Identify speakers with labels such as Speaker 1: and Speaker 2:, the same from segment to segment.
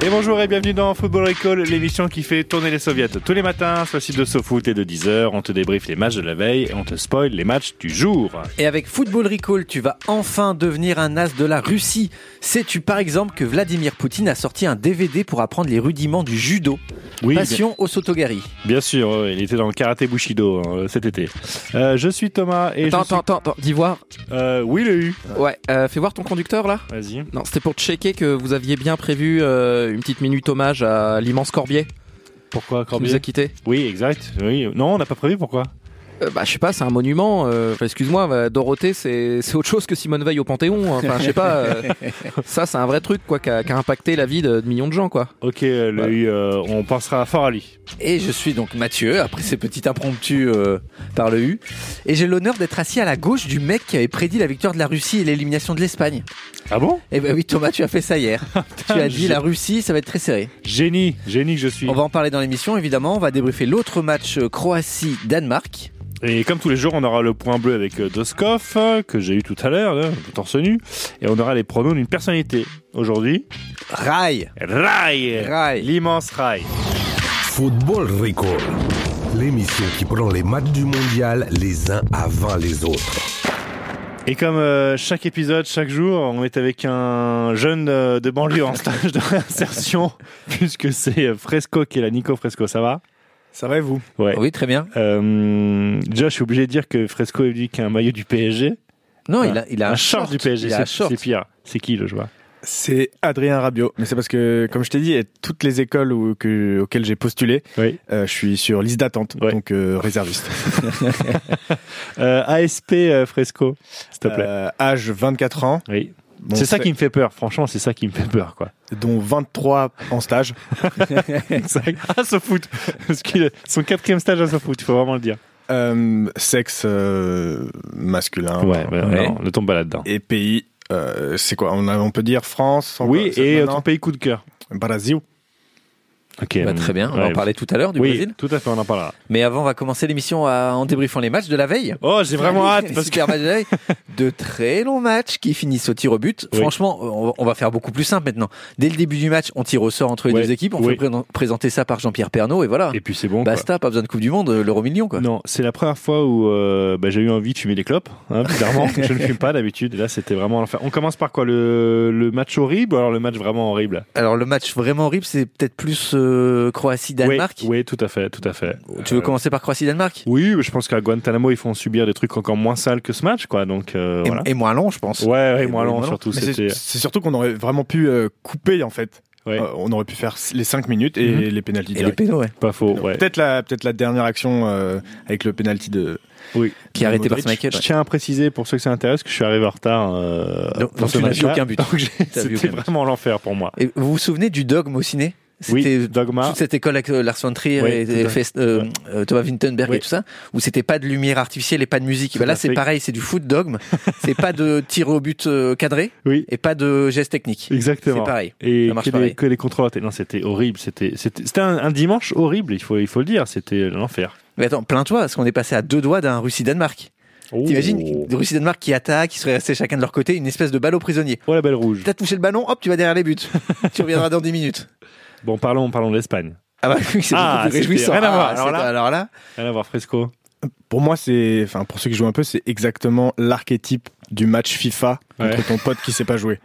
Speaker 1: Et bonjour et bienvenue dans Football Recall, l'émission qui fait tourner les soviets tous les matins sur le site de SoFoot et de 10h. On te débriefe les matchs de la veille et on te spoil les matchs du jour.
Speaker 2: Et avec Football Recall, tu vas enfin devenir un as de la Russie. Sais-tu par exemple que Vladimir Poutine a sorti un DVD pour apprendre les rudiments du judo
Speaker 1: Oui,
Speaker 2: Passion au Sotogari.
Speaker 1: Bien sûr, euh, il était dans le karaté Bushido hein, cet été. Euh, je suis Thomas et
Speaker 3: Attends,
Speaker 1: je suis...
Speaker 3: attends, attends, attends, d'Ivoire.
Speaker 1: Euh, oui, le U.
Speaker 3: Ouais, euh, fais voir ton conducteur là.
Speaker 1: Vas-y.
Speaker 3: Non, c'était pour checker que vous aviez bien prévu euh, une petite minute hommage à l'immense Corbier
Speaker 1: Pourquoi
Speaker 3: qui nous a quittés.
Speaker 1: Oui, exact. Oui. Non, on n'a pas prévu pourquoi.
Speaker 3: Euh, bah, je sais pas, c'est un monument. euh, enfin, Excuse-moi, bah, Dorothée, c'est c'est autre chose que Simone Veil au Panthéon. hein. Enfin, je sais pas. euh, ça, c'est un vrai truc quoi, qui a, qui a impacté la vie de, de millions de gens quoi.
Speaker 1: Ok, euh, le
Speaker 3: Ouais.
Speaker 1: U, euh, on pensera fort à lui.
Speaker 2: Et je suis donc Mathieu, après ces petits impromptus euh, par le U. Et j'ai l'honneur d'être assis à la gauche du mec qui avait prédit la victoire de la Russie et l'élimination de l'Espagne.
Speaker 1: Ah bon
Speaker 2: Eh ben oui Thomas, tu as fait ça hier. tu as dit la Russie, ça va être très serré.
Speaker 1: Génie, génie que je suis.
Speaker 2: On va en parler dans l'émission évidemment, on va débriefer l'autre match euh, Croatie-Danemark.
Speaker 1: Et comme tous les jours, on aura le point bleu avec euh, Doskov, euh, que j'ai eu tout à l'heure, là, torse nu. Et on aura les pronoms d'une personnalité. Aujourd'hui,
Speaker 2: Rail
Speaker 1: Rai
Speaker 2: Rai.
Speaker 1: L'immense Rai
Speaker 4: Football Recall. L'émission qui prend les matchs du mondial les uns avant les autres.
Speaker 1: Et comme euh, chaque épisode, chaque jour, on est avec un jeune euh, de banlieue en stage de réinsertion, puisque c'est euh, Fresco qui est là. Nico Fresco, ça va
Speaker 5: Ça va et vous
Speaker 1: Ouais.
Speaker 2: Oui très bien.
Speaker 1: Euh, déjà, je suis obligé de dire que Fresco est venu qu'un maillot du PSG.
Speaker 2: Non
Speaker 1: Ouais.
Speaker 2: il, a, il a un,
Speaker 1: Hein short du PSG,
Speaker 2: il a
Speaker 1: c'est
Speaker 2: un short.
Speaker 1: c'est pire. C'est qui le joueur
Speaker 5: C'est Adrien Rabiot. Mais c'est parce que, comme je t'ai dit, à toutes les écoles où- que- auxquelles j'ai postulé,
Speaker 1: Oui.
Speaker 5: euh, je suis sur liste d'attente,
Speaker 1: Ouais.
Speaker 5: donc euh, réserviste.
Speaker 1: Euh, ASP euh, Fresco, s'il te plaît.
Speaker 5: Euh, âge 24 ans.
Speaker 1: Oui.
Speaker 5: Bon,
Speaker 1: c'est ça qui me fait peur, franchement, c'est ça qui me fait peur, quoi.
Speaker 5: Dont 23 en stage.
Speaker 1: Exact. À ce foot. Parce qu'il a son quatrième stage à ce foot, il faut vraiment le dire.
Speaker 5: Euh, sexe euh, masculin.
Speaker 1: Ouais, bah,
Speaker 2: Ouais.
Speaker 1: non, ne tombe pas là-dedans.
Speaker 5: Et pays. euh, c'est quoi on, a- on peut dire France encore-
Speaker 1: Oui,
Speaker 5: c'est-
Speaker 1: et euh,
Speaker 5: non,
Speaker 1: ton pays coup de cœur.
Speaker 5: non, Brésil.
Speaker 1: Ok.
Speaker 2: Bah, très bien, on va en
Speaker 1: Ouais.
Speaker 2: parlait tout à l'heure du
Speaker 1: oui,
Speaker 2: Brésil.
Speaker 1: tout à fait, on en parlera.
Speaker 2: Mais avant, on va commencer l'émission à- en débriefant les matchs de la veille.
Speaker 1: Oh, j'ai vraiment hâte
Speaker 2: Les
Speaker 1: parce que
Speaker 2: Ah super matchs de, la veille. De très longs matchs qui finissent au tir au but.
Speaker 1: Oui.
Speaker 2: Franchement, on va- on va faire beaucoup plus simple maintenant. Dès le début du match, on tire au sort entre les
Speaker 1: Ouais.
Speaker 2: deux équipes, on
Speaker 1: Oui.
Speaker 2: fait pré- présenter ça par Jean-Pierre Pernaud et voilà.
Speaker 1: et puis c'est bon. quoi.
Speaker 2: Basta, pas besoin de Coupe du Monde, euh, l'euro million quoi.
Speaker 1: Non, c'est la première fois où euh, bah, j'ai eu envie de fumer des clopes. Hein, bizarrement, je ne fume pas d'habitude. Et là, c'était vraiment l'enfer. On commence par quoi le, le match horrible ou alors le match vraiment horrible
Speaker 2: Alors le match vraiment horrible, c'est peut-être plus euh, Croatie-Danemark.
Speaker 1: Oui, oui, tout à fait, tout à fait.
Speaker 2: Tu veux
Speaker 1: Euh,
Speaker 2: commencer par Croatie-Danemark
Speaker 1: Oui, mais je pense qu'à Guantanamo, ils font subir des trucs encore moins sales que ce match, quoi. Donc, euh,
Speaker 2: Et-
Speaker 1: voilà.
Speaker 2: et, moins long, je pense.
Speaker 1: Ouais, ouais,
Speaker 2: et
Speaker 1: moi,
Speaker 2: oui,
Speaker 1: non,
Speaker 2: moi, non.
Speaker 1: surtout,
Speaker 5: Mais c'est
Speaker 1: c'était.
Speaker 5: c'est surtout qu'on aurait vraiment pu euh, couper en fait.
Speaker 1: Ouais.
Speaker 2: Ah.
Speaker 5: Euh, on aurait pu faire les 5 minutes et
Speaker 2: Mhm.
Speaker 5: les pénalités.
Speaker 2: Et les pénaux, ouais.
Speaker 1: Pas faux, ouais.
Speaker 5: Peut-être la, peut-être la dernière action euh, avec le penalty de.
Speaker 1: Oui.
Speaker 2: Qui est
Speaker 5: de
Speaker 2: arrêté par
Speaker 5: Modric.
Speaker 2: Michael.
Speaker 1: Je tiens à préciser pour ceux que ça intéresse que je suis arrivé en retard. Euh,
Speaker 2: Donc-
Speaker 1: pour
Speaker 2: donc
Speaker 1: ce
Speaker 2: tu n'as vu
Speaker 1: match-là.
Speaker 2: aucun but.
Speaker 1: Donc j'ai-
Speaker 2: T'as vu
Speaker 1: C'était
Speaker 2: aucun but.
Speaker 1: vraiment l'enfer pour moi.
Speaker 2: Et vous vous souvenez du dogme au ciné C'était
Speaker 1: Oui, Dogma.
Speaker 2: toute cette école avec euh, Lars von Trier
Speaker 1: Oui,
Speaker 2: et,
Speaker 1: tout à
Speaker 2: et
Speaker 1: fait.
Speaker 2: Fest- euh,
Speaker 1: Ouais.
Speaker 2: euh, Thomas Vinterberg
Speaker 1: Oui.
Speaker 2: et tout ça, où c'était pas de lumière artificielle et pas de musique.
Speaker 1: Tout
Speaker 2: Bah là,
Speaker 1: à
Speaker 2: c'est
Speaker 1: fait.
Speaker 2: pareil, c'est du foot dogme, c'est pas de tir au but euh, cadré
Speaker 1: Oui,
Speaker 2: et pas de geste technique. C'est
Speaker 1: exactement.
Speaker 2: pareil.
Speaker 1: Et
Speaker 2: Ça marche
Speaker 1: que des,
Speaker 2: pareil.
Speaker 1: que des contrôles ratés. Non, c'était horrible. C'était c'était c'était un, un dimanche horrible. Il faut il faut le dire. C'était l'enfer.
Speaker 2: Mais attends, plains-toi, parce qu'on est passé à deux doigts d'un Russie-Danemark. T'imagines,
Speaker 1: Oh.
Speaker 2: de Russie-Danemark qui attaque, qui serait resté chacun de leur côté, une espèce de ballot prisonnier.
Speaker 1: Oh la belle rouge.
Speaker 2: T'as touché le ballon, hop, tu vas derrière les buts. tu reviendras dans 10 minutes.
Speaker 1: Bon, parlons parlons de l'Espagne.
Speaker 2: Ah bah oui, c'est
Speaker 1: Ah,
Speaker 2: beaucoup plus
Speaker 1: c'était
Speaker 2: réjouissant.
Speaker 1: rien à voir. Alors
Speaker 2: c'était-
Speaker 1: là-
Speaker 2: alors là,
Speaker 1: Rien à voir, Fresco.
Speaker 5: Pour moi, c'est, enfin, pour ceux qui jouent un peu, c'est exactement l'archétype du match FIFA
Speaker 1: Ouais.
Speaker 5: contre ton pote qui sait pas jouer.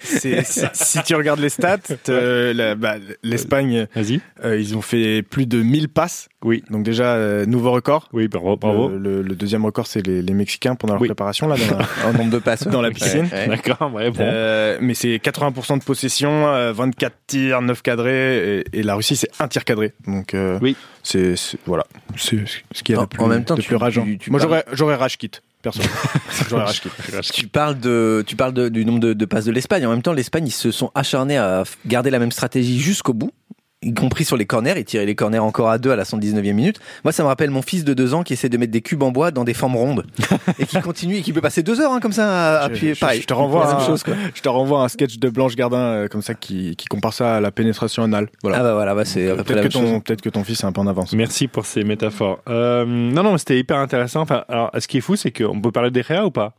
Speaker 5: C'est- c'est- si tu regardes les stats, euh, la- bah, l'Espagne,
Speaker 1: Vas-y.
Speaker 5: euh, ils ont fait plus de 1000 passes.
Speaker 1: Oui.
Speaker 5: Donc déjà, euh, nouveau record.
Speaker 1: Oui, bravo. bravo.
Speaker 5: Le, le- le deuxième record, c'est les, les Mexicains pendant leur
Speaker 1: Oui.
Speaker 5: préparation là, dans la,
Speaker 2: en nombre de passes.
Speaker 5: dans la
Speaker 2: Ouais,
Speaker 5: piscine.
Speaker 2: ouais.
Speaker 1: D'accord. Ouais, bon.
Speaker 5: Euh, mais c'est 80% de possession, euh, 24 tirs, 9 cadrés, et, et la Russie c'est un tir cadré. Donc euh,
Speaker 1: Oui.
Speaker 5: c'est c'est- voilà, c'est ce ce qui est
Speaker 2: En-
Speaker 5: le plus,
Speaker 2: en même temps,
Speaker 5: de
Speaker 2: tu-
Speaker 5: plus rageant.
Speaker 2: tu- tu
Speaker 5: Moi
Speaker 2: parles-
Speaker 5: j'aurais j'aurais rage quitte, perso. j'aurais rage quitte.
Speaker 2: Tu parles de, tu parles de- du nombre de, de passes de l'Espagne. En même temps, l'Espagne, ils se sont acharnés à f- garder la même stratégie jusqu'au bout. y compris sur les corners, il tirait les corners encore à deux à la 119e minute. Moi, ça me rappelle mon fils de deux ans qui essaie de mettre des cubes en bois dans des formes rondes et qui continue et qui peut passer deux heures hein, comme ça à
Speaker 5: Je-
Speaker 2: appuyer.
Speaker 5: je-
Speaker 2: pareil,
Speaker 5: je te renvoie hein.
Speaker 2: la
Speaker 5: à-
Speaker 2: même chose. Quoi.
Speaker 5: Je te renvoie à un sketch de Blanche Gardin euh, comme ça qui, qui compare ça à la pénétration anale. Voilà.
Speaker 2: Ah bah voilà, bah, c'est à peu près la
Speaker 5: Peut-être que,
Speaker 2: même chose.
Speaker 5: ton- peut-être que ton fils est un peu en avance.
Speaker 1: Merci pour ces métaphores. Euh, non, non, mais c'était hyper intéressant. Enfin, alors, ce qui est fou, c'est qu'on peut parler de Réa ou pas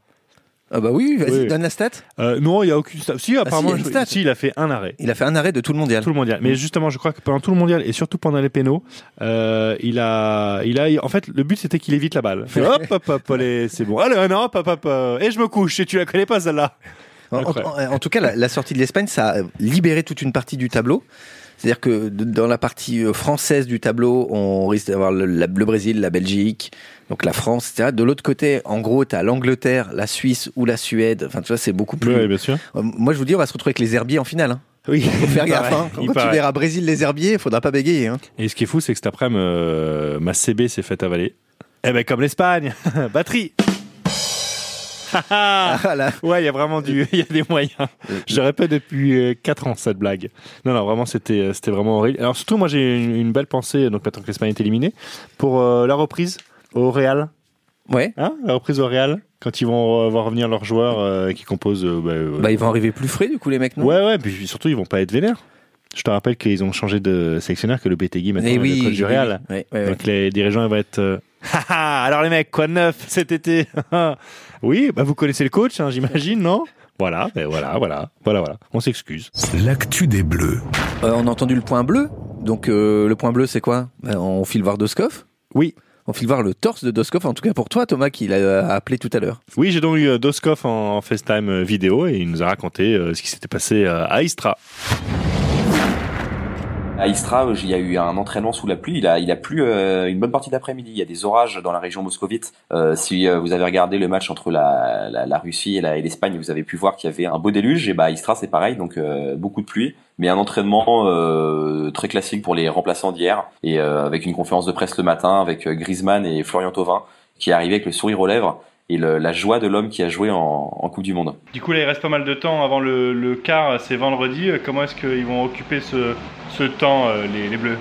Speaker 2: Ah bah oui, vas-y,
Speaker 1: Oui.
Speaker 2: donne la stat.
Speaker 1: Euh, Non, il n'y a aucune stat. Si, apparemment,
Speaker 2: il Bah, y a une
Speaker 1: je-
Speaker 2: stat.
Speaker 1: si, il a fait un arrêt.
Speaker 2: Il a fait un arrêt de tout le mondial.
Speaker 1: Tout le mondial. Mais justement, je crois que pendant tout le mondial et surtout pendant les pénaux, euh, il a, il a, en fait, le but c'était qu'il évite la balle. Il fait, hop, hop, hop, allez, c'est bon. Allez, un an, hop, hop, hop, euh, et je me couche. Et tu la connais pas celle-là.
Speaker 2: En, en-
Speaker 1: Incroyable.
Speaker 2: en tout cas, la, la sortie de l'Espagne, ça a libéré toute une partie du tableau. C'est-à-dire que de- dans la partie euh, française du tableau, on risque d'avoir le, la- le Brésil, la Belgique, donc la France, etc. De l'autre côté, en gros, t'as l'Angleterre, la Suisse ou la Suède. Enfin, tu vois, c'est beaucoup plus.
Speaker 1: bien sûr.
Speaker 2: Euh, Moi, je vous dis, on va se retrouver avec les herbiers en finale. Hein.
Speaker 1: Oui.
Speaker 2: Faut faire gaffe. hein. Quand
Speaker 1: Il
Speaker 2: tu
Speaker 1: paraît.
Speaker 2: verras Brésil, les herbiers, il faudra pas bégayer. Hein.
Speaker 1: Et ce qui est fou, c'est que cet après-midi, euh, ma CB s'est faite avaler. Eh ben, comme l'Espagne, batterie. Ha, ha.
Speaker 2: Ah, là.
Speaker 1: ouais, il y a vraiment du, il y a des moyens. Je répète depuis 4 ans cette blague. Non, non, vraiment, c'était, euh, c'était vraiment horrible. Alors surtout, moi, j'ai une, une belle pensée. Donc maintenant que l'Espagne est éliminée, pour euh, la reprise au Real.
Speaker 2: Ouais.
Speaker 1: Hein, la reprise au Real, quand ils vont euh, voir revenir leurs joueurs euh, qui composent. euh, bah, euh,
Speaker 2: Bah, ils vont arriver plus frais, du coup, les mecs, non
Speaker 1: ouais, ouais, puis surtout, ils vont pas être vénères. Je te rappelle qu'ils ont changé de sélectionneur, que le Betegui maintenant
Speaker 2: Eh
Speaker 1: est le coach du
Speaker 2: oui,
Speaker 1: Real.
Speaker 2: oui, oui. Ouais, ouais, ouais.
Speaker 1: Donc les dirigeants ils vont être. euh, Haha, alors les mecs, quoi de neuf cet été Oui, bah vous connaissez le coach, hein, j'imagine, non Voilà, ben voilà, voilà, voilà, voilà. On s'excuse.
Speaker 4: L'actu des Bleus.
Speaker 2: Euh, on a entendu le point bleu. Donc, euh, le point bleu, c'est quoi Ben, On file voir Doskov.
Speaker 1: Oui.
Speaker 2: On file voir le torse de Doskov, en tout cas pour toi, Thomas, qui l'a euh, appelé tout à l'heure.
Speaker 1: Oui, j'ai donc eu euh, Doskov en, en FaceTime euh, vidéo et il nous a raconté euh, ce qui s'était passé euh, à Istra.
Speaker 6: À Istra, euh, il y a eu un entraînement sous la pluie. Il a, il a plu euh, une bonne partie d'après-midi. Il y a des orages dans la région moscovite. Euh, si euh, vous avez regardé le match entre la, la, la Russie et la- et l'Espagne, vous avez pu voir qu'il y avait un beau déluge. Et bah, à Istra, c'est pareil, donc euh, beaucoup de pluie. Mais un entraînement euh, très classique pour les remplaçants d'hier. Et euh, avec une conférence de presse le matin avec euh, Griezmann et Florian Thauvin qui est arrivé avec le sourire aux lèvres et le- la joie de l'homme qui a joué en- en Coupe du Monde.
Speaker 1: Du coup, là, il reste pas mal de temps avant le, quart, c'est vendredi. Euh, Comment est-ce qu'ils vont occuper ce, temps, euh, les, Bleus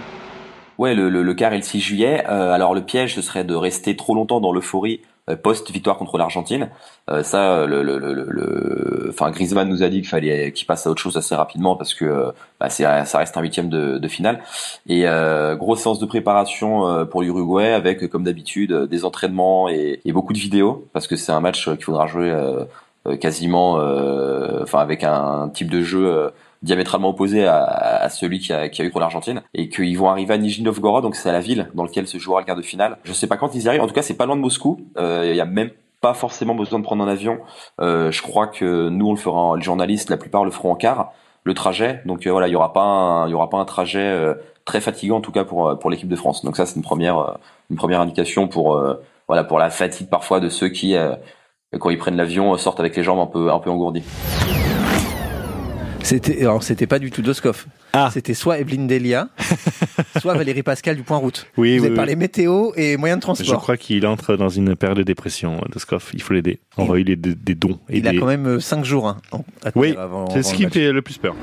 Speaker 6: Ouais, le, le, le quart est le 6 juillet. Euh, alors le piège, ce serait de rester trop longtemps dans l'euphorie euh, post-victoire contre l'Argentine. Euh, ça, euh, le, le, le, le- le- enfin Griezmann nous a dit qu'il fallait qu'il passe à autre chose assez rapidement parce que euh, bah, c'est, ça reste un huitième de, de finale. Et euh, grosse séance de préparation euh, pour l'Uruguay avec, euh, comme d'habitude, euh, des entraînements et, et beaucoup de vidéos parce que c'est un match euh, qu'il faudra jouer euh, euh, quasiment, euh, enfin avec un type de jeu. euh, diamétralement opposé à, à celui qui a, qui a eu pour l'Argentine et qu'ils vont arriver à Nijni Novgorod donc c'est à la ville dans laquelle se jouera le quart de finale je sais pas quand ils y arrivent en tout cas c'est pas loin de Moscou Euh, il y a même pas forcément besoin de prendre un avion Euh, je crois que nous on le fera en, les journalistes la plupart le feront en quart le trajet donc euh, voilà il y aura pas un, il y aura pas un trajet euh, très fatigant en tout cas pour euh, pour l'équipe de France donc ça c'est une première euh, une première indication pour euh, voilà pour la fatigue parfois de ceux qui euh, quand ils prennent l'avion euh, sortent avec les jambes un peu un peu engourdies
Speaker 2: C'était, alors, c'était pas du tout Doskov.
Speaker 1: Ah.
Speaker 2: C'était soit Evelyne Delia, soit Valérie Pascal du Point Route.
Speaker 1: Oui, oui,
Speaker 2: Vous avez
Speaker 1: oui.
Speaker 2: parlé météo et moyens de
Speaker 1: Je
Speaker 2: transport.
Speaker 1: crois qu'il entre dans une période de dépression, euh, Doskov. Il faut l'aider. Envoyer des, des dons. Et
Speaker 2: Il a
Speaker 1: des-
Speaker 2: quand même 5 jours hein, en- à
Speaker 1: Oui,
Speaker 2: tenir avant-
Speaker 1: c'est
Speaker 2: avant
Speaker 1: ce
Speaker 2: le
Speaker 1: qui me
Speaker 2: match.
Speaker 1: fait le plus peur.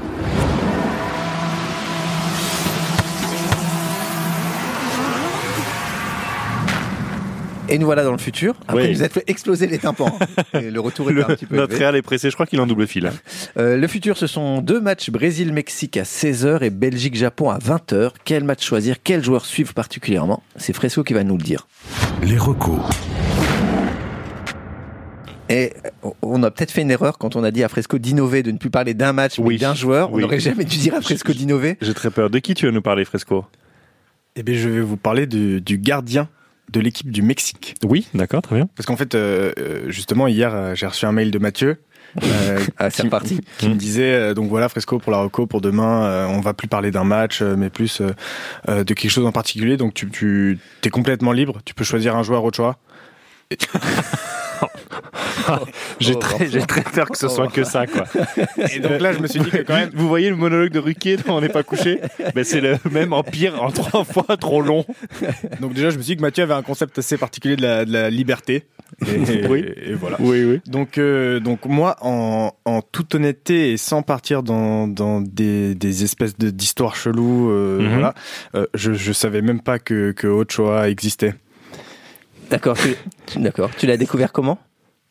Speaker 2: Et nous voilà dans le futur. Après,
Speaker 1: Oui.
Speaker 2: vous êtes fait exploser les tympans. Et le retour est
Speaker 1: Le-
Speaker 2: un petit peu
Speaker 1: notre
Speaker 2: élevé.
Speaker 1: Real est pressé, je crois qu'il est en double hein. fil.
Speaker 2: Euh, le futur, ce sont deux matchs Brésil-Mexique à 16h et Belgique-Japon à 20h. Quel match choisir Quel joueur suivre particulièrement C'est Fresco qui va nous le dire.
Speaker 4: Les recos.
Speaker 2: Et euh, on a peut-être fait une erreur quand on a dit à Fresco d'innover, de ne plus parler d'un match mais
Speaker 1: Oui.
Speaker 2: d'un joueur. On
Speaker 1: Oui.
Speaker 2: n'aurait jamais dû dire à Fresco d'innover.
Speaker 1: J'ai très peur. De qui tu veux nous parler, Fresco
Speaker 5: Eh bien, je vais vous parler du, du gardien de l'équipe du Mexique.
Speaker 1: Oui, d'accord, très bien.
Speaker 5: Parce qu'en fait, euh, euh, justement, hier, euh, j'ai reçu un mail de Mathieu euh,
Speaker 2: Ah, c'est
Speaker 5: Qui-
Speaker 2: reparti.
Speaker 5: qui me disait euh, donc voilà Fresco pour la reco pour demain euh, on va plus parler d'un match euh, mais plus euh, euh, de quelque chose en particulier donc tu tu es complètement libre tu peux choisir un joueur au choix
Speaker 1: J'ai
Speaker 2: Oh,
Speaker 1: très,
Speaker 2: parfait.
Speaker 1: j'ai très peur que ce soit que ça, quoi.
Speaker 5: et donc là je me suis dit que quand même
Speaker 1: Vous voyez le monologue de Ruquier dont on n'est pas couché Ben, C'est le même en pire, en trois fois trop long.
Speaker 5: donc déjà je me suis dit que Mathieu avait un concept assez particulier de la, de la liberté Et,
Speaker 1: Oui.
Speaker 5: et voilà.
Speaker 1: Oui, oui.
Speaker 5: Donc, euh, donc moi, en, en toute honnêteté et sans partir dans, dans des, des espèces de- d'histoires cheloues, euh,
Speaker 1: Mhm.
Speaker 5: voilà, euh, je, je savais même pas que, que Ochoa existait
Speaker 2: D'accord, tu, d'accord. Tu l'as découvert comment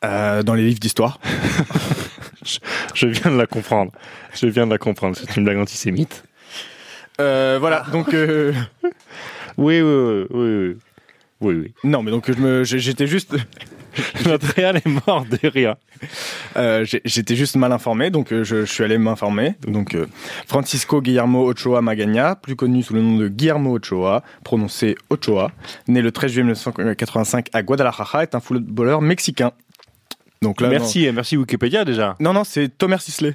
Speaker 5: Euh, dans les livres d'histoire.
Speaker 1: Je viens de la comprendre. Je viens de la comprendre. C'est une blague antisémite.
Speaker 5: Euh, voilà,
Speaker 1: Ah.
Speaker 5: donc euh,
Speaker 1: Oui, oui, oui, oui, oui. Oui, oui.
Speaker 5: non, mais donc je me, j'ai- j'étais juste,
Speaker 1: Notre réal est mort de rire.
Speaker 5: euh, j'ai- j'étais juste mal informé, donc euh, je, je suis allé m'informer. Donc euh, Francisco Guillermo Ochoa Magagna, plus connu sous le nom de Guillermo Ochoa, prononcé Ochoa, né le 13 juillet 1985 à Guadalajara, est un footballeur mexicain. Donc là, non-
Speaker 1: merci, euh, merci Wikipédia déjà.
Speaker 5: Non, non, c'est Thomas Sisley.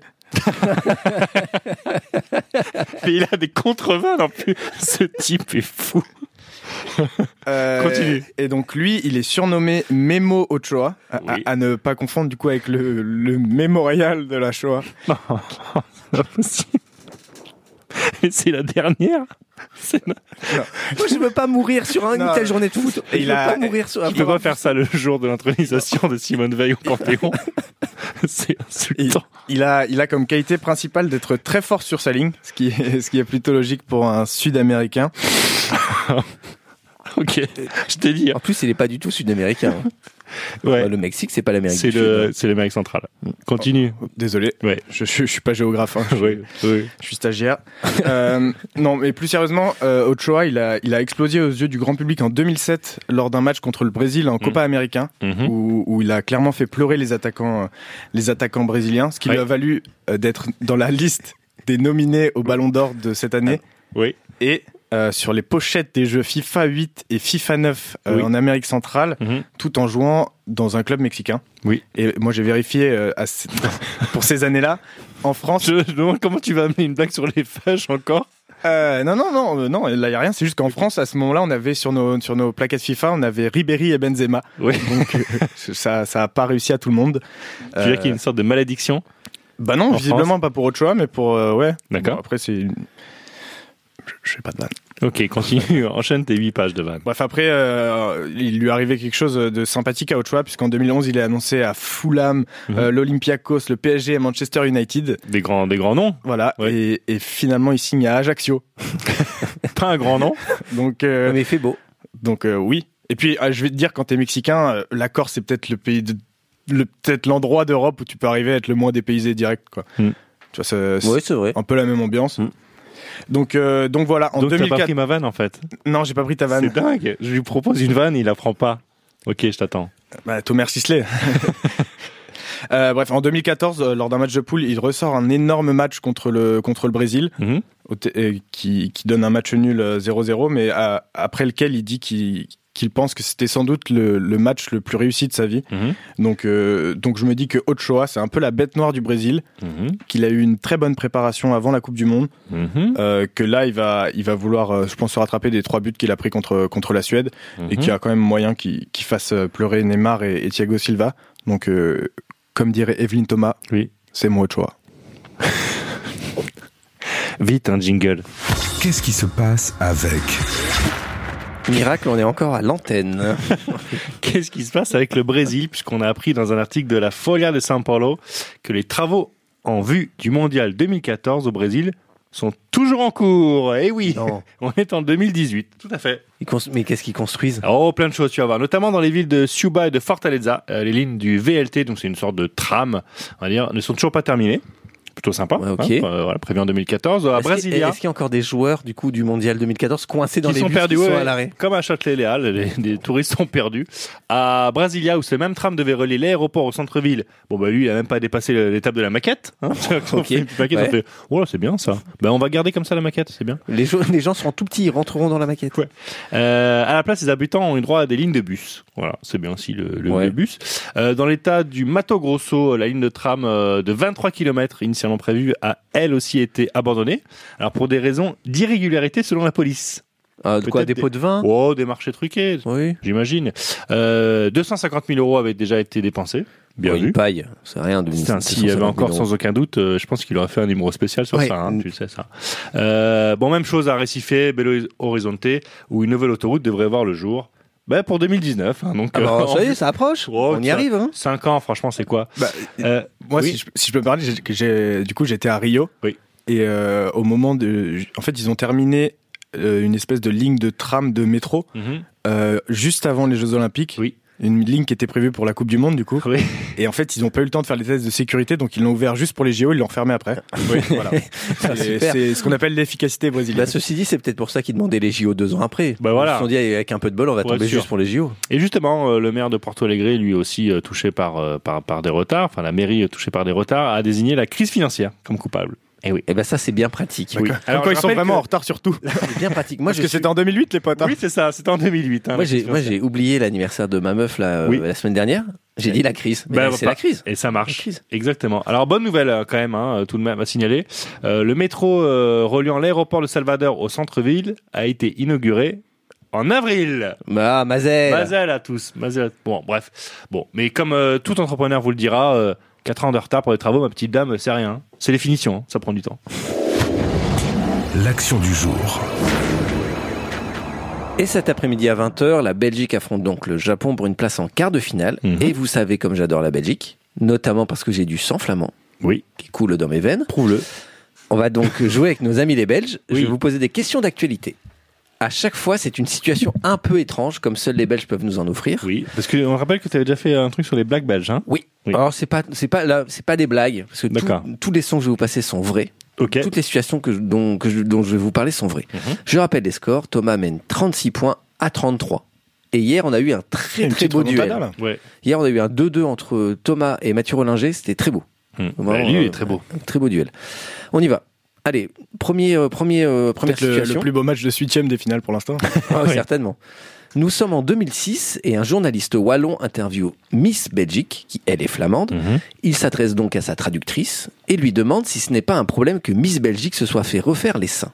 Speaker 1: Mais il a des contre-vannes en plus. Ce type est fou. Continue.
Speaker 5: Euh, Et donc lui, il est surnommé Memo Ochoa, à,
Speaker 1: Oui.
Speaker 5: à- à ne pas confondre du coup avec le, le mémorial de la Shoah.
Speaker 1: Pas possible. Mais c'est la dernière. C'est la-
Speaker 2: Moi, je veux pas mourir sur une
Speaker 5: Non.
Speaker 2: telle journée de foot. je
Speaker 5: Et il
Speaker 2: veux
Speaker 5: a-
Speaker 2: pas mourir sur.
Speaker 1: Je peux pas faire ça le jour de l'intronisation de Simone Veil au Panthéon. C'est
Speaker 5: Il,
Speaker 1: insultant.
Speaker 5: il a, il a comme qualité principale d'être très fort sur sa ligne, ce qui est, ce qui est plutôt logique pour un Sud-Américain.
Speaker 1: Ok, je t'ai dit. hein.
Speaker 2: En plus, il est pas du tout sud-américain. hein.
Speaker 1: Ouais,
Speaker 2: Le Mexique, c'est pas l'Amérique.
Speaker 1: c'est
Speaker 2: du
Speaker 1: le,
Speaker 2: Sud. hein.
Speaker 1: c'est l'Amérique centrale. Continue.
Speaker 5: Désolé,
Speaker 1: Ouais.
Speaker 5: je, je, je suis pas géographe. hein.
Speaker 1: Oui, oui.
Speaker 5: Je suis stagiaire. Euh, non, mais plus sérieusement, euh, Ochoa, il a, il a explosé aux yeux du grand public en 2007 lors d'un match contre le Brésil en Copa Américain.
Speaker 1: Mhm.
Speaker 5: où, où il a clairement fait pleurer les attaquants, euh, les attaquants brésiliens, ce qui lui
Speaker 1: Ouais.
Speaker 5: a valu euh, d'être dans la liste des nominés au Ballon d'Or de cette année.
Speaker 1: Ah. Oui.
Speaker 5: Et euh, sur les pochettes des jeux FIFA 8 et FIFA 9 euh,
Speaker 1: Oui.
Speaker 5: en Amérique centrale,
Speaker 1: Mhm.
Speaker 5: tout en jouant dans un club mexicain.
Speaker 1: Oui.
Speaker 5: Et moi j'ai vérifié euh, à ce- pour ces années-là en France.
Speaker 1: Je me demande comment tu vas amener une blague sur les fâches encore.
Speaker 5: Euh, non non non euh, non là y a rien. C'est juste qu'en France à ce moment-là on avait sur nos sur nos plaquettes FIFA on avait Ribéry et Benzema.
Speaker 1: Oui.
Speaker 5: Donc euh, ça ça a pas réussi à tout le monde.
Speaker 1: Tu veux dire qu'il y a une sorte de malédiction.
Speaker 5: Bah non,
Speaker 1: En
Speaker 5: visiblement pas pour autre choix, mais pour euh, ouais.
Speaker 1: D'accord.
Speaker 5: Bon, après c'est. une- Je- Je sais pas de vanne.
Speaker 1: Ok, continue. Enchaîne tes 8 pages de vannes.
Speaker 5: Bref, après, euh, il lui arrivait quelque chose de sympathique à Ochoa, puisqu'en 2011, il est annoncé à Fulham,
Speaker 1: Mhm.
Speaker 5: euh, l'Olympiakos, le PSG et Manchester United.
Speaker 1: Des grands, des grands noms.
Speaker 5: Voilà.
Speaker 1: Ouais.
Speaker 5: Et, et finalement, il signe à Ajaccio.
Speaker 1: Pas un grand nom.
Speaker 5: Donc, euh,
Speaker 2: Mais il fait beau.
Speaker 5: donc euh, oui. Et puis, euh, je vais te dire, quand t'es mexicain, euh, la Corse, c'est peut-être le pays de. le- peut-être l'endroit d'Europe où tu peux arriver à être le moins dépaysé direct, quoi.
Speaker 1: Mhm.
Speaker 5: Tu vois, c'est c'est
Speaker 2: Ouais, c'est vrai.
Speaker 5: un peu la même ambiance.
Speaker 2: Mhm.
Speaker 5: Donc, euh, donc voilà, en
Speaker 1: Mm. Donc t'as pas
Speaker 5: 2004.
Speaker 1: pris ma vanne en fait.
Speaker 5: Non, j'ai pas pris ta
Speaker 1: C'est
Speaker 5: vanne.
Speaker 1: dingue. Je lui propose une vanne, il la prend pas. Ok, je t'attends.
Speaker 5: Bah, Thomas Sisley. Euh, bref, en 2014, euh, lors d'un match de poule, il ressort un énorme match contre le, contre le Brésil,
Speaker 1: Mhm.
Speaker 5: au t- euh, qui, qui donne un match nul euh, 0-0, mais à- après lequel il dit qu'il qu'il pense que c'était sans doute le, le match le plus réussi de sa vie.
Speaker 1: Mhm.
Speaker 5: Donc, euh, donc je me dis que Ochoa, c'est un peu la bête noire du Brésil,
Speaker 1: Mhm.
Speaker 5: qu'il a eu une très bonne préparation avant la Coupe du Monde,
Speaker 1: Mhm.
Speaker 5: euh, que là, il va, il va vouloir, euh, je pense, se rattraper des trois buts qu'il a pris contre, contre la Suède. et
Speaker 1: Mhm.
Speaker 5: qui a quand même moyen qu'il qu'il fasse euh, pleurer Neymar et, et Thiago Silva. Donc, euh, comme dirait Evelyne Thomas,
Speaker 1: Oui.
Speaker 5: c'est mon choix.
Speaker 1: Vite un jingle.
Speaker 4: Qu'est-ce qui se passe avec
Speaker 2: Miracle, on est encore à l'antenne.
Speaker 1: Qu'est-ce qui se passe avec le Brésil Puisqu'on a appris dans un article de la Folia de São Paulo que les travaux en vue du mondial 2014 au Brésil sont toujours en cours. Eh oui,
Speaker 2: Non.
Speaker 1: on est en 2018. Tout à fait.
Speaker 2: Ils cons- Mais qu'est-ce qu'ils construisent
Speaker 1: Oh, plein de choses, tu vas voir. Notamment dans les villes de Suba et de Fortaleza, euh, les lignes du VLT, donc c'est une sorte de tram, on va dire, ne sont toujours pas terminées. Plutôt sympa.
Speaker 2: Ouais, ok.
Speaker 1: euh, voilà, prévu en 2014. À
Speaker 2: Est-ce qu'il-
Speaker 1: Ah, bah, Brasilia.
Speaker 2: Est-ce qu'il y a encore des joueurs du coup du mondial 2014 coincés dans
Speaker 1: qui
Speaker 2: les
Speaker 1: sont
Speaker 2: bus
Speaker 1: perdus,
Speaker 2: qui sont
Speaker 1: ouais,
Speaker 2: à l'arrêt
Speaker 1: comme à Châtelet-Léal, les, les touristes sont perdus. À Brasilia, où ce même tram devait relier l'aéroport au centre-ville, bon bah lui, il a même pas dépassé le- l'étape de la maquette. Hein. On fait une petite maquette,
Speaker 2: ouais.
Speaker 1: on fait, oh là, c'est bien ça. Ben on va garder comme ça la maquette, c'est bien.
Speaker 2: les, gens- les gens seront tout petits, ils rentreront dans la maquette.
Speaker 1: Ouais. Euh, à la place, les habitants ont eu droit à des lignes de bus. Voilà, c'est bien aussi le, le-
Speaker 2: Ouais.
Speaker 1: le bus. Euh, dans l'état du Mato Grosso, la ligne de tram euh, de 23 km initialement prévue a elle aussi été abandonnée. Alors pour des raisons d'irrégularité selon la police.
Speaker 2: Ah, de quoi
Speaker 1: Peut-être
Speaker 2: des pots de vin
Speaker 1: Oh, des marchés truqués,
Speaker 2: Oui.
Speaker 1: j'imagine. Euh, 250 000 euros avaient déjà été dépensés. Bien
Speaker 2: Ouais,
Speaker 1: vu.
Speaker 2: Une paille, c'est rien de
Speaker 1: Putain, S'il y avait encore, sans aucun doute, euh, je pense qu'il aurait fait un numéro spécial sur
Speaker 2: Ouais. Mm.
Speaker 1: ça, hein, tu le sais ça. Euh, bon, même chose à Recife, Belo Horizonte, où une nouvelle autoroute devrait voir le jour. Bah, pour 2019. hein, donc,
Speaker 2: Ah bah,
Speaker 1: euh,
Speaker 2: ça y est, ça approche.
Speaker 1: Oh,
Speaker 2: on y
Speaker 1: ça-
Speaker 2: arrive. Hein.
Speaker 1: 5 ans, franchement, c'est quoi
Speaker 5: Bah,
Speaker 1: Euh,
Speaker 5: Moi,
Speaker 1: oui.
Speaker 5: si, je, si je peux parler, j'ai- que j'ai- du coup, j'étais à Rio.
Speaker 1: Oui.
Speaker 5: Et euh, au moment de. En fait, ils ont terminé euh, une espèce de ligne de tram de métro
Speaker 2: Mm-hmm.
Speaker 1: Mhm.
Speaker 5: euh, juste avant les Jeux Olympiques.
Speaker 1: Oui.
Speaker 5: Une ligne qui était prévue pour la Coupe du Monde, du coup.
Speaker 1: Oui.
Speaker 5: Et en fait, ils n'ont pas eu le temps de faire les tests de sécurité, donc ils l'ont ouvert juste pour les JO, ils l'ont fermé après. Voilà. Et
Speaker 2: super.
Speaker 5: C'est ce qu'on appelle l'efficacité brésilienne.
Speaker 2: Bah, ceci dit, c'est peut-être pour ça qu'ils demandaient les JO deux ans après.
Speaker 1: Bah, voilà.
Speaker 2: Ils se sont dit, avec un peu de bol, on va
Speaker 1: Pour être
Speaker 2: tomber
Speaker 1: sûr.
Speaker 2: juste pour les JO.
Speaker 1: Et justement, euh, le maire de Porto Alegre, lui aussi euh, touché par, euh, par, par des retards, enfin la mairie euh, touchée par des retards, a désigné la crise financière comme coupable. Eh oui.
Speaker 2: Et ben ça, c'est bien pratique.
Speaker 1: Oui.
Speaker 5: Alors,
Speaker 1: je
Speaker 5: ils sont
Speaker 1: rappelle
Speaker 5: vraiment en
Speaker 1: que-
Speaker 5: retard sur tout.
Speaker 2: C'est bien pratique. Moi,
Speaker 5: Parce
Speaker 2: je
Speaker 5: que
Speaker 2: suis-
Speaker 5: c'était en 2008, les potes. hein.
Speaker 1: Oui, c'est ça, c'était en 2008. hein, la
Speaker 2: moi, j'ai,
Speaker 1: crise
Speaker 2: moi,
Speaker 1: financière.
Speaker 2: j'ai oublié l'anniversaire de ma meuf là, euh,
Speaker 1: Oui.
Speaker 2: la semaine dernière. J'ai dit la crise. Mais
Speaker 1: Bah,
Speaker 2: là, c'est
Speaker 1: pas-
Speaker 2: la crise.
Speaker 1: Et ça
Speaker 2: La
Speaker 1: marche.
Speaker 2: crise.
Speaker 1: Exactement. Alors bonne nouvelle euh, quand même, hein, euh, tout de même à signaler. Euh, le métro euh, reliant l'aéroport de Salvador au centre-ville a été inauguré en avril.
Speaker 2: Bah, Mazel.
Speaker 1: Mazel à tous. Mazel. à- Bon, bref. Bon, mais comme euh, tout entrepreneur vous le dira, 4 ans de retard pour les travaux, ma petite dame, c'est rien. C'est les finitions, hein, ça prend du temps.
Speaker 4: L'action du jour.
Speaker 2: Et cet après-midi à 20h, la Belgique affronte donc le Japon pour une place en quart de finale.
Speaker 1: Mhm.
Speaker 2: Et vous savez comme j'adore la Belgique, notamment parce que j'ai du sang flamand
Speaker 1: Oui.
Speaker 2: qui coule dans mes veines.
Speaker 1: Prouve-le.
Speaker 2: On va donc jouer avec nos amis les Belges. Je
Speaker 1: Oui.
Speaker 2: vais vous poser des questions d'actualité. À chaque fois, c'est une situation un peu étrange, comme seuls les Belges peuvent nous en offrir.
Speaker 1: Oui, parce qu'on rappelle que tu avais déjà fait un truc sur les blagues belges, hein
Speaker 2: Oui.
Speaker 1: Oui.
Speaker 2: Alors c'est pas c'est pas là c'est pas des blagues parce que tout-
Speaker 1: D'accord.
Speaker 2: tous les sons que je vais vous passer sont vrais.
Speaker 1: Ok.
Speaker 2: Toutes les situations que je- dont que je, dont je vais vous parler sont vraies.
Speaker 1: Mhm.
Speaker 2: Je rappelle les scores. Thomas mène 36 points à 33. Et hier on a eu un très
Speaker 5: Une
Speaker 2: très
Speaker 5: petite
Speaker 2: beau duel.
Speaker 5: remontada, là.
Speaker 1: Ouais.
Speaker 2: Hier on a eu un 2-2 entre Thomas et Mathieu Rollinger. C'était très beau.
Speaker 1: Hmm.
Speaker 2: Vraiment,
Speaker 1: Bah, lui, il
Speaker 2: euh,
Speaker 1: est très beau.
Speaker 2: Un très beau duel. On y va. Allez premier euh, premier euh, première
Speaker 5: Peut-être le,
Speaker 2: situation.
Speaker 5: le plus beau match de huitième des finales pour l'instant.
Speaker 2: Ah,
Speaker 1: Oui.
Speaker 2: Certainement. Nous sommes en 2006 et un journaliste wallon interviewe Miss Belgique, qui elle est flamande.
Speaker 1: Mhm.
Speaker 2: Il s'adresse donc à sa traductrice et lui demande si ce n'est pas un problème que Miss Belgique se soit fait refaire les seins.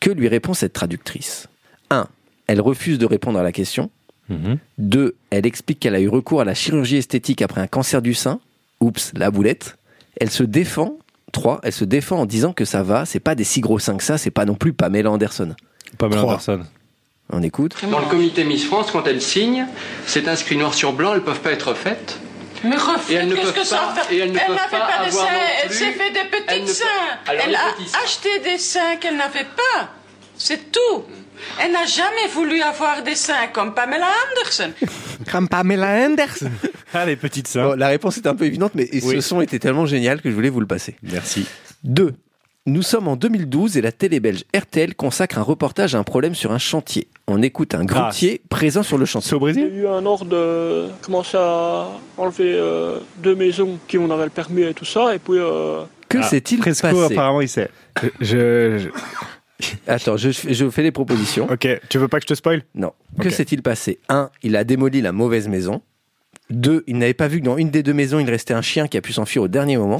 Speaker 2: Que lui répond cette traductrice 1. Elle refuse de répondre à la question.
Speaker 1: Mhm.
Speaker 2: 2. Elle explique qu'elle a eu recours à la chirurgie esthétique après un cancer du sein. Oups, la boulette. Elle se défend. 3. Elle se défend en disant que ça va, c'est pas des si gros seins que ça, c'est pas non plus Pamela Anderson.
Speaker 1: Pas mal
Speaker 5: Trois.
Speaker 1: personne.
Speaker 2: On écoute.
Speaker 7: Dans le comité Miss France, quand elles signent, c'est inscrit noir sur blanc, elles ne peuvent pas être faites.
Speaker 8: Mais
Speaker 7: Et elles
Speaker 8: refaites,
Speaker 7: ne
Speaker 8: qu'est-ce
Speaker 7: peuvent
Speaker 8: que ça
Speaker 7: pas- et elles
Speaker 8: Elle
Speaker 7: ne
Speaker 8: n'a
Speaker 7: peuvent
Speaker 8: fait
Speaker 7: pas
Speaker 8: pas de
Speaker 7: avoir
Speaker 8: seins,
Speaker 7: non
Speaker 8: elle
Speaker 7: plus.
Speaker 8: s'est fait des
Speaker 7: Elles
Speaker 8: petits
Speaker 7: ne peuvent-
Speaker 8: seins.
Speaker 7: Alors,
Speaker 8: Elle
Speaker 7: les
Speaker 8: a
Speaker 7: petits seins.
Speaker 8: acheté des seins qu'elle n'avait pas. C'est tout. Elle n'a jamais voulu avoir des seins comme Pamela Anderson.
Speaker 1: Ah, les petites seins.
Speaker 2: Bon, la réponse est un peu évidente, mais et ce
Speaker 1: Oui.
Speaker 2: son était tellement génial que je voulais vous le passer.
Speaker 1: Merci.
Speaker 2: 2. Nous sommes en 2012 et la télé belge RTL consacre un reportage à un problème sur un chantier. On écoute un grutier
Speaker 1: Ah.
Speaker 2: présent sur le chantier.
Speaker 1: C'est au
Speaker 9: J'ai
Speaker 1: Brésil
Speaker 9: eu un ordre de commencer à enlever euh, deux maisons qui on avait le permis et tout ça, et puis euh,
Speaker 2: Que
Speaker 1: Ah,
Speaker 2: s'est-il passé
Speaker 1: Fresco, apparemment, il sait.
Speaker 5: Je- je-
Speaker 2: Attends, je, je fais les propositions.
Speaker 5: Ok, tu veux pas que je te spoil
Speaker 2: Non.
Speaker 5: Ok.
Speaker 2: Que s'est-il passé 1. Il a démoli la mauvaise maison. 2. Il n'avait pas vu que dans une des deux maisons, il restait un chien qui a pu s'enfuir au dernier moment.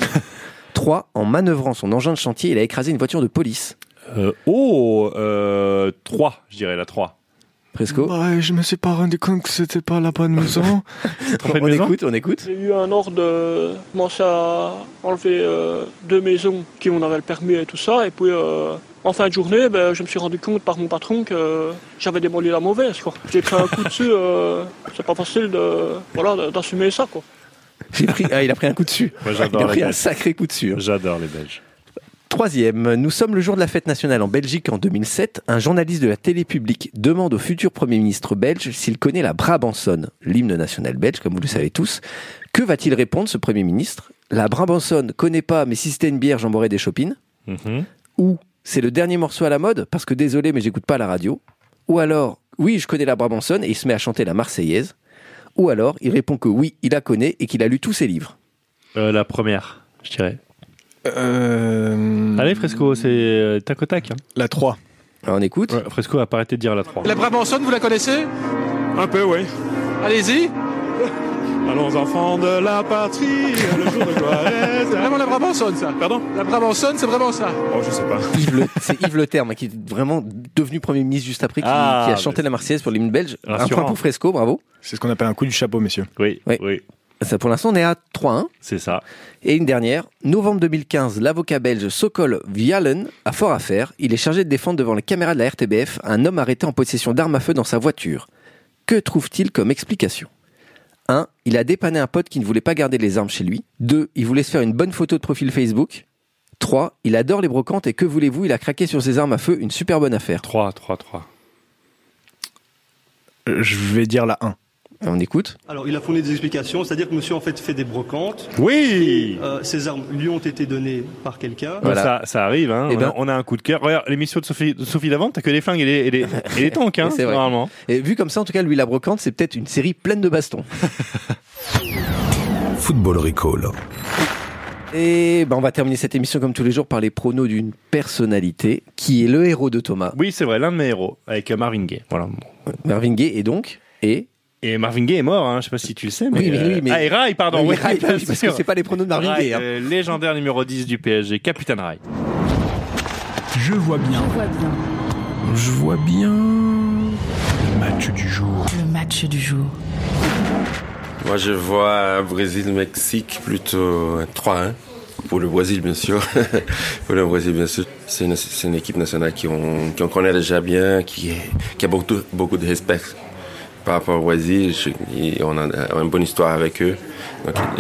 Speaker 2: 3. En manœuvrant son engin de chantier, il a écrasé une voiture de police.
Speaker 1: Euh, oh, euh, 3, je dirais la 3.
Speaker 2: Presco
Speaker 1: Ah,
Speaker 5: je me suis pas rendu compte que c'était pas la bonne maison.
Speaker 1: trompé de
Speaker 2: On
Speaker 1: maison
Speaker 2: écoute, on écoute.
Speaker 9: j'ai eu un ordre de commencer à enlever euh, deux maisons qui on avait le permis et tout ça, et puis euh, en fin de journée, ben, je me suis rendu compte par mon patron que euh, j'avais démoli la mauvaise. quoi. J'ai pris un coup dessus, euh, c'est pas facile de voilà de- d'assumer ça quoi.
Speaker 2: J'ai Pris... Ah, il a pris un coup dessus.
Speaker 1: Moi,
Speaker 2: Il a
Speaker 1: j'adore les
Speaker 2: pris un
Speaker 1: Belges.
Speaker 2: sacré coup dessus.
Speaker 1: J'adore les Belges.
Speaker 2: Troisième, nous sommes le jour de la fête nationale en Belgique en 2007. Un journaliste de la télé publique demande au futur Premier ministre belge s'il connaît la Brabançonne, l'hymne national belge, comme vous le savez tous. Que va-t-il répondre, ce Premier ministre La Brabançonne, connaît pas, mais si c'était une bière, j'en boirais des chopines.
Speaker 1: Mhm.
Speaker 2: Ou c'est le dernier morceau à la mode, parce que désolé, mais j'écoute pas la radio. Ou alors, oui, je connais la Brabançonne, et il se met à chanter la Marseillaise. Ou alors, il répond que oui, il la connaît et qu'il a lu tous ses livres.
Speaker 1: Euh, la première, je dirais.
Speaker 5: Euh...
Speaker 1: Allez, Fresco, c'est euh, tac au tac. hein.
Speaker 5: La 3.
Speaker 2: Alors, on écoute.
Speaker 1: Ouais, Fresco a pas arrêté de dire la 3.
Speaker 7: La Brabançonne, vous la connaissez
Speaker 9: Un peu oui.
Speaker 7: Allez-y.
Speaker 9: Allons enfants de la patrie, le jour de gloire
Speaker 7: Vraiment la Brabançonne, ça.
Speaker 9: Pardon
Speaker 7: La Brabançonne, c'est vraiment ça.
Speaker 9: Oh je sais pas.
Speaker 2: Yves Le- c'est Yves Le Terme hein, qui est vraiment devenu Premier ministre juste après, qui,
Speaker 1: Ah,
Speaker 2: qui a chanté
Speaker 1: mais-
Speaker 2: la Marseillaise pour l'hymne belge. Un
Speaker 1: Rassurant.
Speaker 2: point pour Fresco, bravo.
Speaker 5: C'est ce qu'on appelle un coup du chapeau, messieurs.
Speaker 1: Oui,
Speaker 2: Oui.
Speaker 1: oui,
Speaker 2: Ça, pour l'instant, on est à 3-1.
Speaker 1: c'est ça.
Speaker 2: Et une dernière, novembre 2015, l'avocat belge Sokol Vialen a fort à faire. Il est chargé de défendre devant les caméras de la RTBF un homme arrêté en possession d'armes à feu dans sa voiture. Que trouve-t-il comme explication 1. Il a dépanné un pote qui ne voulait pas garder les armes chez lui. 2. Il voulait se faire une bonne photo de profil Facebook. 3. Il adore les brocantes et que voulez-vous, il a craqué sur ses armes à feu, une super bonne affaire.
Speaker 1: 3, 3, 3.
Speaker 5: Je vais dire la 1.
Speaker 2: On écoute.
Speaker 9: Alors, il a fourni des explications, c'est-à-dire que monsieur, en fait, fait des brocantes.
Speaker 1: Oui
Speaker 9: Et, euh, Ces armes lui ont été données par quelqu'un.
Speaker 1: Bah, Ça, ça arrive, hein.
Speaker 9: Eh
Speaker 1: on,
Speaker 9: ben-
Speaker 1: a, on a un coup de cœur. Regarde, l'émission de Sophie, de Sophie Davant, t'as que des flingues et des, et des, et des tanks, hein,
Speaker 2: Et c'est vrai.
Speaker 1: normalement.
Speaker 2: Et vu comme ça, en tout cas, lui, la brocante, c'est peut-être une série pleine de bastons.
Speaker 4: Football Recall.
Speaker 2: Et ben, on va terminer cette émission comme tous les jours par les pronos d'une personnalité qui est le héros de Thomas.
Speaker 1: Oui, c'est vrai, l'un de mes héros, avec euh, Marvin Gaye. Voilà.
Speaker 2: Marvin Gaye est donc et
Speaker 1: et Marvin Gaye est mort, hein, je sais pas si tu le sais, mais,
Speaker 2: Oui, mais
Speaker 1: euh,
Speaker 2: oui, mais-
Speaker 1: ah, et Rai, pardon,
Speaker 2: Oui,
Speaker 1: oui,
Speaker 2: Rai,
Speaker 1: bien
Speaker 2: oui, parce
Speaker 1: sûr.
Speaker 2: que c'est pas les pronos de Marvin
Speaker 1: Rai,
Speaker 2: Gaye, hein.
Speaker 1: euh, légendaire numéro 10 du PSG, Capitaine Rai.
Speaker 10: Je vois bien. Je vois bien. Le match du jour.
Speaker 11: Le match du jour.
Speaker 6: Moi, je vois Brésil-Mexique plutôt 3-1. hein. Pour le Brésil, bien sûr. Pour le Brésil, bien sûr. C'est une, c'est une équipe nationale qui on, qu'on connaît déjà bien, qui, qui a beaucoup, beaucoup de respect par rapport au Brésil. Je- et on a une bonne histoire avec eux. Donc, hein.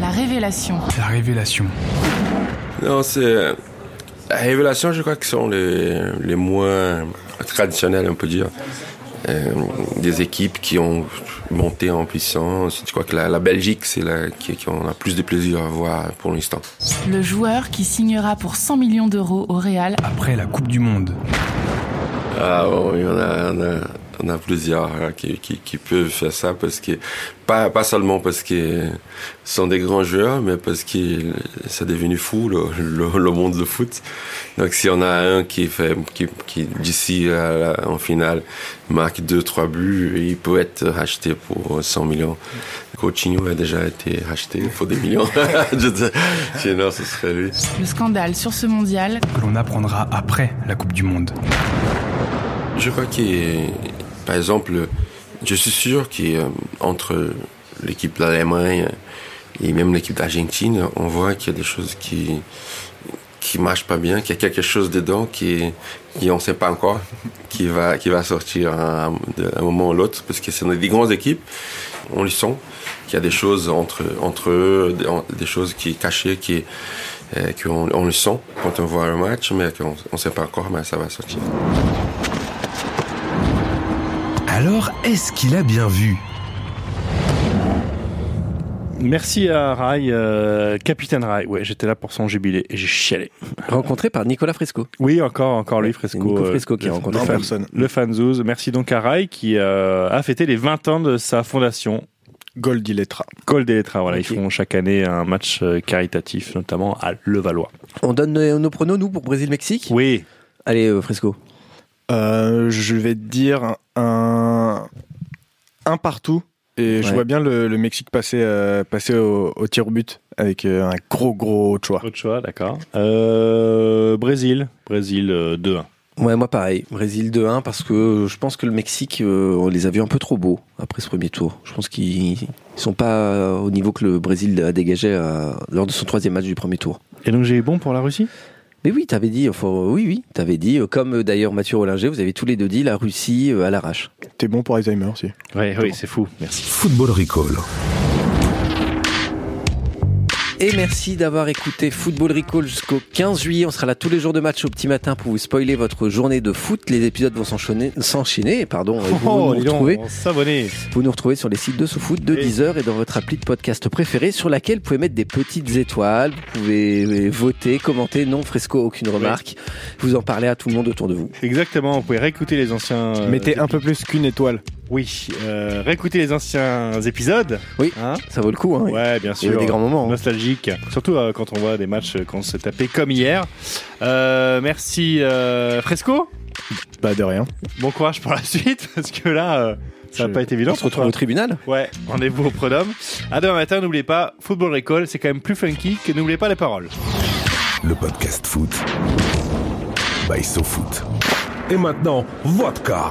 Speaker 6: 3-1.
Speaker 10: La révélation. La révélation.
Speaker 6: Non, c'est. La révélation, je crois que sont les, les moins traditionnels, on peut dire. Euh, des équipes qui ont monté en puissance. Je crois que la, la Belgique, c'est la qui, qui on a plus de plaisir à voir pour l'instant.
Speaker 10: Le joueur qui signera pour 100 millions d'euros au Real. Après la Coupe du Monde.
Speaker 6: Ah oui, on a, on a, on a plusieurs hein, qui, qui, qui peuvent faire ça parce que pas, pas seulement parce que ce sont des grands joueurs, mais parce que ça est devenu fou le, le, le monde du foot. Donc si on a un qui fait qui, qui d'ici à la- en finale marque deux trois buts, il peut être racheté pour 100 millions. Coutinho a déjà été racheté pour des millions. Je dis- Sinon, ce serait lui.
Speaker 10: Le scandale sur ce mondial.
Speaker 6: Que l'on apprendra après la Coupe du Monde. Je crois que, par exemple, je suis sûr qu'entre l'équipe d'Allemagne et même l'équipe d'Argentine, on voit qu'il y a des choses qui qui marchent pas bien, qu'il y a quelque chose dedans qui qui on sait pas encore, qui va qui va sortir à un, de- à un moment ou l'autre, parce que c'est des grandes équipes, on le sent, qu'il y a des choses entre entre eux, des, en- des choses qui cachées, qui euh, qu'on on le sent quand on voit un match, mais qu'on on sait pas encore, mais ça va sortir.
Speaker 4: Alors, est-ce qu'il a bien vu
Speaker 1: Merci à Rai, euh, Capitaine Rai. Ouais, j'étais là pour son jubilé et j'ai chialé.
Speaker 2: Rencontré par Nicolas Fresco.
Speaker 1: Oui, encore, encore lui, Fresco.
Speaker 2: Nico
Speaker 1: euh,
Speaker 2: Fresco qui
Speaker 1: le-
Speaker 2: a rencontré
Speaker 1: le
Speaker 2: Rai.
Speaker 1: fan- Le fanzouz. Merci donc à Rai qui euh, a fêté les 20 ans de sa fondation.
Speaker 5: Gold Electra.
Speaker 1: Gold Electra, voilà. Ils font chaque année un match euh, caritatif, notamment à Levallois.
Speaker 2: On donne euh, nos, nos pronos, nous, pour Brésil-Mexique
Speaker 1: Oui.
Speaker 2: Allez, euh, Fresco.
Speaker 5: Euh, je vais te dire un, un partout. Et je
Speaker 2: Ouais.
Speaker 5: vois bien le, le Mexique passer, euh, passer au, au tir au but avec euh, un gros, gros Ochoa.
Speaker 1: Ochoa, d'accord. Euh, Brésil. Brésil euh, 2-1.
Speaker 2: Ouais, moi pareil. Brésil 2-1 parce que je pense que le Mexique, euh, on les a vus un peu trop beaux après ce premier tour. Je pense qu'ils ils sont pas au niveau que le Brésil a dégagé euh, lors de son troisième match du premier tour.
Speaker 1: Et donc j'ai eu bon pour la Russie
Speaker 2: Mais oui, t'avais dit, enfin, oui, oui, t'avais dit, euh, comme euh, d'ailleurs Mathieu Rollinger, vous avez tous les deux dit la Russie euh, à l'arrache.
Speaker 5: T'es bon pour Alzheimer aussi.
Speaker 1: Ouais, oui, c'est fou. Merci.
Speaker 4: Football Recall.
Speaker 2: Et merci d'avoir écouté Football Recall jusqu'au 15 juillet. On sera là tous les jours de match au petit matin pour vous spoiler votre journée de foot. Les épisodes vont s'enchaîner, s'enchaîner, pardon. et vous
Speaker 1: Oh,
Speaker 2: nous
Speaker 1: dis donc,
Speaker 2: retrouvez-
Speaker 1: on s'abonner.
Speaker 2: Vous nous retrouvez sur les sites de SoFoot, de Deezer et dans votre appli de podcast préféré sur laquelle vous pouvez mettre des petites étoiles, vous pouvez euh, voter, commenter, non, fresco, aucune remarque. Vous en parlez à tout le monde autour de vous.
Speaker 1: Exactement, vous pouvez réécouter les anciens. euh,
Speaker 5: Mettez un peu plus qu'une étoile.
Speaker 1: Oui, euh, réécouter les anciens épisodes. hein.
Speaker 2: Oui, ça vaut le coup. hein.
Speaker 1: ouais, bien
Speaker 2: Il y
Speaker 1: sûr.
Speaker 2: avait des grands moments. hein.
Speaker 1: Nostalgique. Surtout euh, quand on voit des matchs euh, qu'on s'est tapé comme hier. Euh, merci euh, Fresco.
Speaker 5: Bah, de rien.
Speaker 1: Bon courage pour la suite parce que là, euh, ça n'a
Speaker 5: Je-
Speaker 1: pas été évident.
Speaker 5: on se retrouve au
Speaker 2: tribunal.
Speaker 1: Ouais, rendez-vous au Prod'homme. À demain matin, n'oubliez pas, Football Recall, c'est quand même plus funky que n'oubliez pas les paroles.
Speaker 4: Le podcast foot. By SoFoot. Et maintenant, vodka.